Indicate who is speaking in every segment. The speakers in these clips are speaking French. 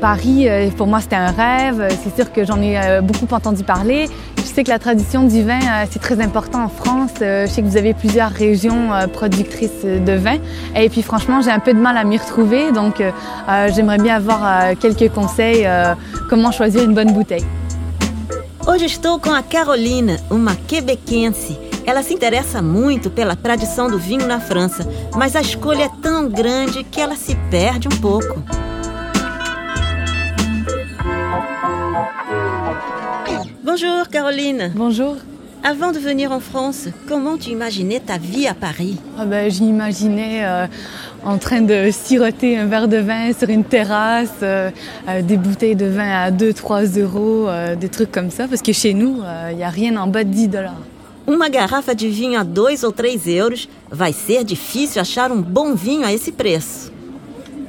Speaker 1: Paris, euh, pour moi, c'était un rêve. Euh, C'est sûr que j'en ai euh, beaucoup entendu parler. Je sais que la tradition du vin, euh, c'est très important en France. Euh, je sais que vous avez plusieurs régions euh, productrices de vin. Et puis franchement, j'ai un peu de mal à m'y retrouver, donc euh, j'aimerais bien avoir euh, quelques conseils, euh, comment choisir une bonne bouteille.
Speaker 2: Hoje estou com a Carolina, uma quebequense. Ela se interessa muito pela tradição do vinho na França, mas a escolha é tão grande que ela se perde um pouco. Bonjour Carolina.
Speaker 1: Bonjour.
Speaker 2: Avant de venir en France, comment tu imaginais ta vie à Paris
Speaker 1: Ah ben, J'imaginais euh, en train de siroter un verre de vin sur une terrasse, euh, euh, des bouteilles de vin à 2-3 euros, euh, des trucs comme ça, parce que chez nous, il n'y a rien en bas de 10 dollars.
Speaker 2: Uma garrafa de vinho a 2 ou 3 euros, vai ser difícil achar um bom vinho a esse preço.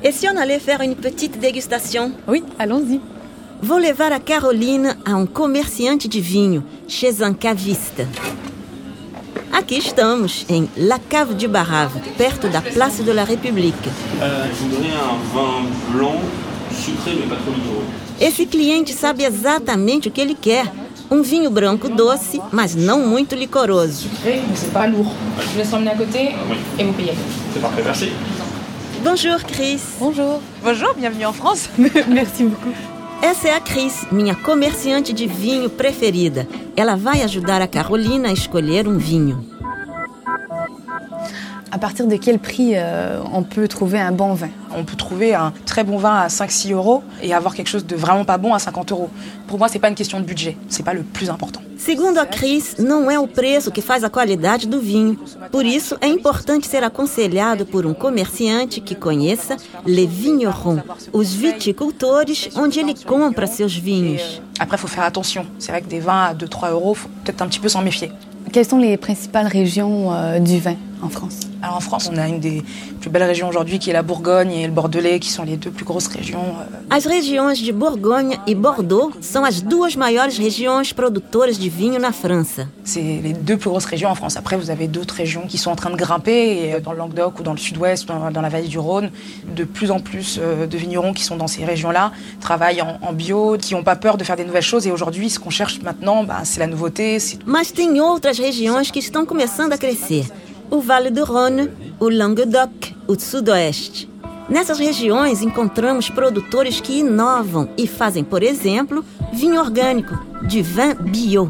Speaker 2: Et si on allait faire une petite dégustation
Speaker 1: Oui, allons-y.
Speaker 2: Vou levar a Carolina a um comerciante de vinho, chez un caviste. Aqui estamos, em La Cave du Barrave, perto da Place de la République.
Speaker 3: Euh, je voudrais un vin blanc sucré mais pas trop liquoreux.
Speaker 2: Esse cliente sabe exatamente o que ele quer. Um vinho branco doce, mas não muito licoroso.
Speaker 4: mais c'est pas lourd. Je vous laisse emmener à côté et vous payez.
Speaker 3: Ah C'est parfait, merci.
Speaker 2: Bonjour, Chris.
Speaker 1: Bonjour.
Speaker 5: Bonjour, bienvenue en France.
Speaker 1: Oh, Merci beaucoup.
Speaker 2: Essa é a Cris, minha comerciante de vinho preferida. Ela vai ajudar a Carolina a escolher um vinho.
Speaker 1: À partir de quel prix euh, on peut trouver un bon vin
Speaker 5: On peut trouver un très bon vin à 5-6 euros et avoir quelque chose de vraiment pas bon à 50 euros. Pour moi, c'est pas une question de budget, c'est pas le plus important.
Speaker 2: Segundo a Cris, não é o preço que faz a qualidade do vinho. Por isso, é importante ser aconselhado por um comerciante que conheça Le Vigneron, os viticultores onde ele compra seus
Speaker 5: Et,
Speaker 2: vinhos.
Speaker 5: euh, après, il faut faire attention. C'est vrai que des vins à 2-3 euros, faut peut-être un petit peu s'en méfier.
Speaker 1: Quelles sont les principales régions euh, du vin en France
Speaker 5: Alors en France, on a une des plus belles régions aujourd'hui qui est la Bourgogne et le Bordelais, qui sont les deux plus grosses régions. euh,
Speaker 2: As regiões de Borgonha e Bordeaux são as duas maiores regiões produtoras de vinho na França.
Speaker 5: C'est les deux plus grosses régions en France. Après, vous avez d'autres régions qui sont en train de grimper, et euh, dans le Languedoc ou dans le sud-ouest, ou dans, dans la vallée du Rhône. De plus en plus euh, de vignerons qui sont dans ces régions-là travaillent en, en bio, qui n'ont pas peur de faire des nouvelles choses. Et aujourd'hui, ce qu'on cherche maintenant, bah, c'est la nouveauté, c'est
Speaker 2: Mas tem outras regiões que estão começando a crescer: o Vale do Rhône, o Languedoc, o Sudoeste. Nessas regiões encontramos produtores que inovam e fazem, por exemplo, vinho orgânico, de vin bio.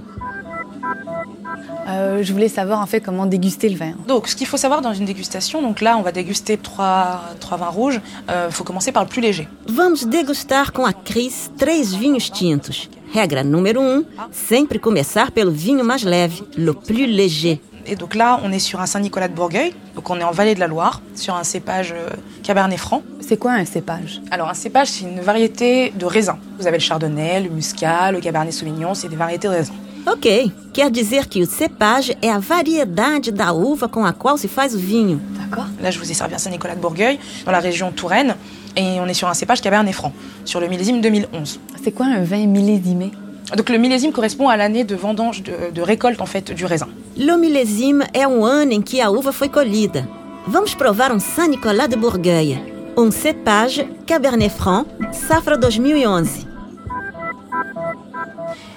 Speaker 1: Euh, Je voulais savoir en fait comment déguster le vin.
Speaker 5: Donc, ce qu'il faut savoir dans une dégustation, donc là, on va déguster trois, trois vins rouges. Il faut commencer par le plus léger.
Speaker 2: Vamos degustar com a Cris três vinhos tintos. Regra número um, sempre começar pelo vinho mais leve, le plus léger.
Speaker 5: Et donc là, on est sur un Saint-Nicolas de Bourgueil. Donc, on est en vallée de la Loire, sur un cépage euh, Cabernet Franc.
Speaker 1: C'est quoi un cépage
Speaker 5: Alors, un cépage, c'est une variété de raisin. Vous avez le chardonnay, le muscat, le cabernet sauvignon, c'est des variétés de raisin.
Speaker 2: Ok, quer dizer que o cepage é a variedade da uva com a qual se faz o vinho.
Speaker 1: D'accord.
Speaker 5: Là, je vous ai servi un Saint-Nicolas de Bourgueil, dans la région Touraine, et on est sur un cépage cabernet franc, sur le millésime 2011.
Speaker 1: C'est quoi un vin millésimé
Speaker 5: Donc, le millésime correspond à l'année de vendange, de, de récolte, en fait, du raisin.
Speaker 2: Le millésime é um ano em que a uva foi colhida. Vamos provar um San Nicolas de Bourgueil, um cepage Cabernet Franc, safra 2011.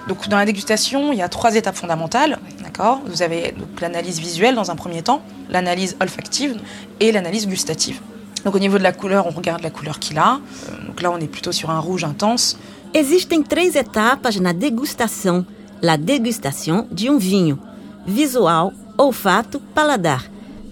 Speaker 5: Donc, dans la dégustation, il y a trois étapes fondamentales, d'accord Vous avez donc l'analyse visuelle, dans un premier temps, l'analyse olfactive et l'analyse gustative. Donc, au niveau de la couleur, on regarde la couleur qu'il a. Euh, Donc là, on est plutôt sur un rouge intense.
Speaker 2: Existem três etapas na degustação, la degustação de um vinho: visual, olfato, paladar.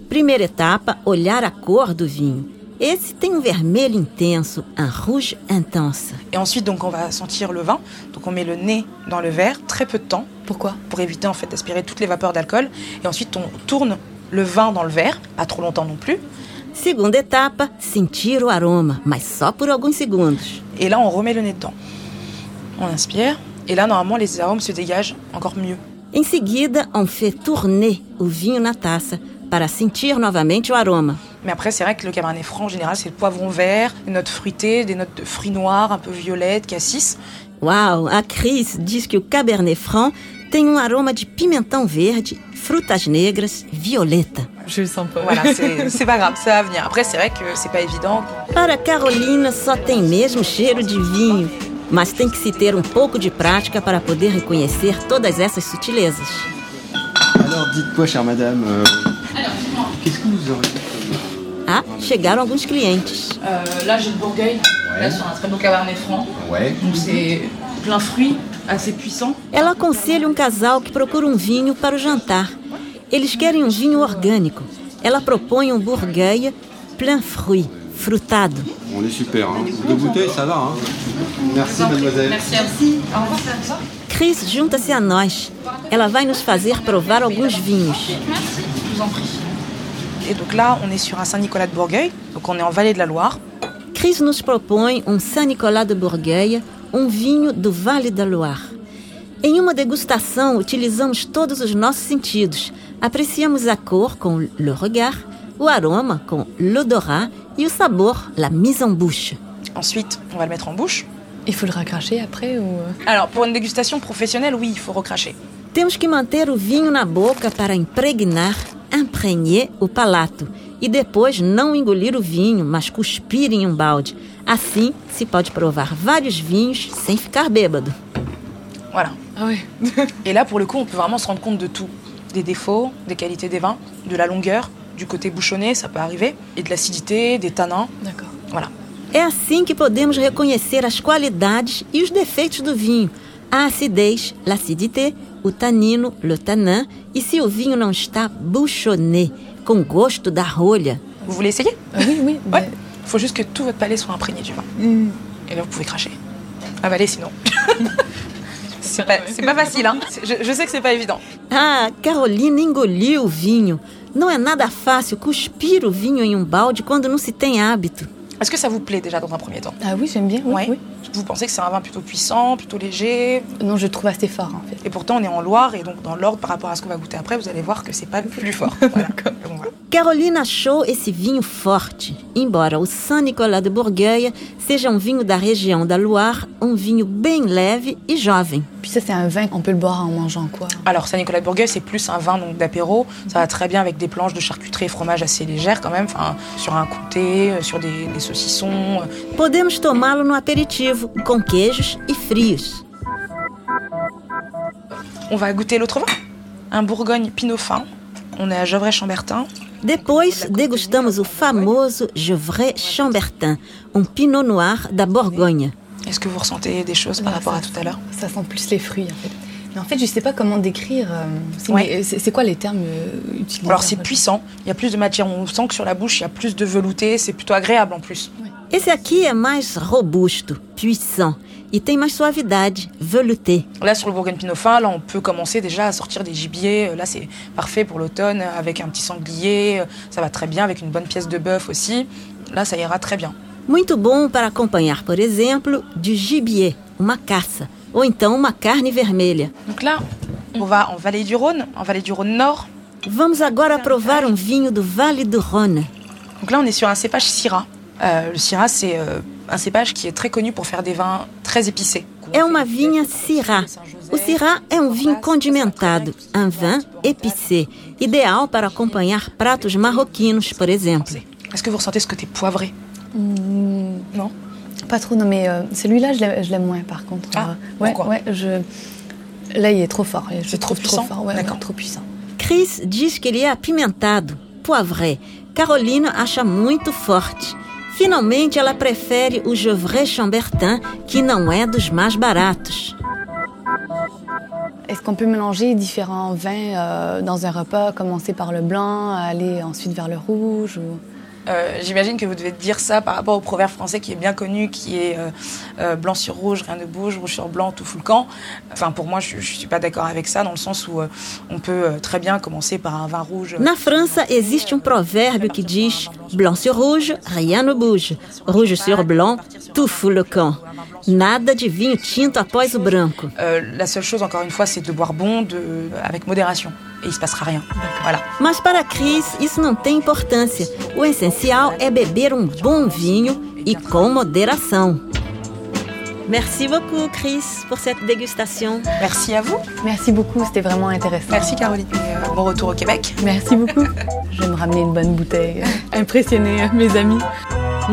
Speaker 2: Primeira etapa, olhar a cor do vinho. Esse tem um vermelho intenso, un rouge intense.
Speaker 5: Et ensuite, donc, on va sentir le vin. Donc, on met le nez dans le verre, très peu de temps,
Speaker 1: Pourquoi
Speaker 5: pour éviter en fait d'aspirer toutes les vapeurs d'alcool. Et ensuite, on tourne le vin dans le verre, pas trop longtemps non plus.
Speaker 2: Segunda etapa, sentir o aroma, mas só por alguns segundos.
Speaker 5: Et là, on remet le nez dedans. On inspire. Et là, normalement, les arômes se dégagent encore mieux.
Speaker 2: Em seguida, on fait tourner o vinho na taça para sentir novamente o aroma.
Speaker 5: Mais après, c'est vrai que le cabernet franc, en général, c'est le poivron vert, des notes fruitées, des notes de fruits noirs, un peu violettes, cassis.
Speaker 2: Uau, a Cris diz que o Cabernet Franc tem um aroma de pimentão verde, frutas negras, violeta.
Speaker 4: Je le sens pas.
Speaker 5: Voilà, c'est c'est pas grave, ça va venir. Après, c'est vrai que c'est pas évident.
Speaker 2: Para Carolina, só tem mesmo cheiro de vinho, mas tem que se ter um pouco de prática para poder reconhecer todas essas sutilezas.
Speaker 6: Alors dites-moi, chère madame, euh, qu'est-ce que vous aurez
Speaker 2: Ah, chegaram alguns clientes.
Speaker 4: Euh, là, j'ai le Bourgueil. Là, sur un très beau cabernet franc.
Speaker 6: Ouais.
Speaker 4: Donc, c'est plein fruit, assez puissant.
Speaker 2: Ela aconselha um casal que procura um vinho para o jantar. Eles querem um vinho orgânico. Ela propõe um Bourgueil plein fruit, frutado.
Speaker 6: On est super, hein. Deux bouteilles, ça va, hein. Merci, mademoiselle.
Speaker 4: Merci à vous. Au revoir, ça
Speaker 2: Cris junta-se a nós. Ela vai nos fazer provar alguns vinhos.
Speaker 4: Je vous en prie.
Speaker 5: Et donc là, on est sur un Saint-Nicolas de Bourgueil, donc on est en vallée de la Loire.
Speaker 2: Cris nos propõe um Saint-Nicolas de Bourgueil, um vinho do Vale da Loire. Em uma degustação, utilizamos todos os nossos sentidos. Apreciamos a cor com le regard, o aroma com l'odorat e o sabor, la mise en bouche.
Speaker 5: Ensuite, on va le mettre en bouche.
Speaker 1: Il faut le raccracher après ou... euh
Speaker 5: Alors, pour une dégustation professionnelle, oui, il faut recracher.
Speaker 2: Temos que manter o vinho na boca para impregnar, imprégner o palato. E depois não engolir o vinho, mas cuspir em um balde. Assim, se pode provar vários vinhos sem ficar bêbado.
Speaker 5: Voilà.
Speaker 1: Ah ouais.
Speaker 5: Et là, pour le coup, on peut vraiment se rendre compte de tout. Des défauts, des qualités des vins, de la longueur, du côté bouchonné, ça peut arriver, et de l'acidité, des tanins.
Speaker 1: D'accord.
Speaker 5: Voilà.
Speaker 2: É assim que podemos reconhecer as qualidades e os defeitos do vinho. A acidez, l'acidité, o tanino, le tanin, e se o vinho não está bouchonné, com gosto da rolha.
Speaker 5: Vous voulez essayer
Speaker 1: Ah Oui, oui.
Speaker 5: Ouais. Mm.
Speaker 1: mais-
Speaker 5: Faut juste que tout votre palais soit imprégné du vin.
Speaker 1: Hmm.
Speaker 5: Et là, vous pouvez cracher. Avaler sinon. c'est pas, c'est pas facile, hein. C'est- Je, je sais que c'est pas évident.
Speaker 2: Ah, Carolina engoliu o vinho. Não é nada fácil cuspir o vinho em um balde quando não se tem hábito.
Speaker 5: Est-ce que ça vous plaît déjà dans un premier temps
Speaker 1: Ah oui, j'aime bien. Oui,
Speaker 5: Ouais.
Speaker 1: oui.
Speaker 5: Vous pensez que c'est un vin plutôt puissant, plutôt léger
Speaker 1: Non, je le trouve assez fort en fait.
Speaker 5: Et pourtant, on est en Loire, et donc dans l'ordre par rapport à ce qu'on va goûter après, vous allez voir que c'est pas le plus fort. Voilà. Bon, voilà.
Speaker 2: Carolina achou esse vinho forte, embora o San Nicolas de Bourgueil seja um vinho da região da Loire, um vinho bem leve e jovem.
Speaker 1: Puis ça, c'est un vin qu'on peut le boire en mangeant quoi.
Speaker 5: Alors, Saint-Nicolas de Bourgueil, c'est plus un vin donc d'apéro. Ça va très bien avec des planches de charcuterie et fromage assez légères quand même, enfin, sur un comté, euh, sur des, des saucissons. euh,
Speaker 2: Podemos tomá-lo no aperitivo, com queijos e frios.
Speaker 5: On va goûter l'autre vin. Un Bourgogne Pinot fin. On est à Gevrey-Chambertin.
Speaker 2: Depois, degustamos o famoso Gevrey Chambertin, um Pinot Noir da Borgonha.
Speaker 5: Est-ce que vous ressentez des choses par
Speaker 1: Non,
Speaker 5: rapport
Speaker 1: ça-
Speaker 5: à tout à l'heure
Speaker 1: Ça sent plus les fruits en fait. Mais en fait, je sais pas comment décrire. euh, c'est-
Speaker 5: Ouais.
Speaker 1: mais C'est c'est quoi les termes euh, utilisés
Speaker 5: Alors, c'est puissant. Il y a plus de matière. On sent que sur la bouche, il y a plus de velouté. C'est plutôt agréable en plus.
Speaker 2: Esse aqui é mais robusto, puissant e tem mais suavidade, velouté.
Speaker 5: Là, sur le Bourgogne Pinot fin, là, on peut commencer déjà à sortir des gibiers. Euh, Là, c'est parfait pour l'automne euh, avec un petit sanglier. Euh, Ça va très bien avec une bonne pièce de bœuf aussi. Là, ça ira très bien.
Speaker 2: Muito bom para acompanhar, por exemplo, de gibier, uma caça, ou então uma carne vermelha.
Speaker 5: Donc là, on va en Vallée du Rhône, en Vallée du Rhône Nord.
Speaker 2: Vamos agora provar um vinho do Vale do Rhône.
Speaker 5: Donc là, on est sur un cépage Syrah. Euh, le Syrah, c'est euh, un cépage qui est très connu pour faire des vins très épicés.
Speaker 2: É uma vinha Syrah. O Syrah é um vinho condimentado, um vin épicé, ideal para acompanhar pratos marroquinos, por exemplo.
Speaker 5: Est-ce que vous ressentez ce côté poivré Non
Speaker 1: Pas trop, non, mais euh, celui-là, je l'aime je l'aime moins par contre.
Speaker 5: Ah,
Speaker 1: Euh, ouais,
Speaker 5: pourquoi
Speaker 1: ouais, je... Là, il est trop fort. Je
Speaker 5: C'est
Speaker 1: le
Speaker 5: trop
Speaker 1: trouve
Speaker 5: puissant
Speaker 1: Trop fort, ouais,
Speaker 5: D'accord.
Speaker 1: ouais, trop puissant.
Speaker 2: Chris diz que ele é apimentado, poivré. Carolina acha muito forte. Finalmente, ela prefere o Gevrey Chambertin, que não é dos mais baratos.
Speaker 1: Est-ce qu'on peut mélanger différents vins euh, dans un repas, commencer par le blanc, aller ensuite vers le rouge ou...
Speaker 5: Euh, J'imagine que vous devez dire ça par rapport au proverbe français qui est bien connu, qui est euh, euh, blanc sur rouge, rien ne bouge, rouge sur blanc, tout fout le camp. Enfin, pour moi, je, je suis pas d'accord avec ça, dans le sens où euh, on peut euh, très bien commencer par un vin rouge. euh,
Speaker 2: Na França, existe um provérbio que diz Blanc sur rouge, rien ne bouge. Rouge sur blanc, tout fout le camp. Nada de vinho tinto após o branco.
Speaker 5: Euh, la seule chose, encore une fois, c'est de boire bon de, avec modération et il se passera rien. Voilà.
Speaker 2: Mas para a Cris, isso não tem importância. O essencial é beber um bom vinho e com moderação. Merci beaucoup, Chris, pour cette dégustation.
Speaker 5: Merci à vous.
Speaker 1: Merci beaucoup, c'était vraiment intéressant.
Speaker 5: Merci Caroline. Et, euh, bon retour au Québec.
Speaker 1: Merci beaucoup. Je vais me ramener une bonne bouteille, euh, impressionner euh, mes amis.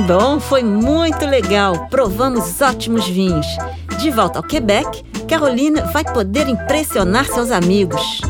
Speaker 2: Bom, foi muito legal. Provamos ótimos vinhos. De volta ao Quebec, Carolina vai poder impressionar seus amigos.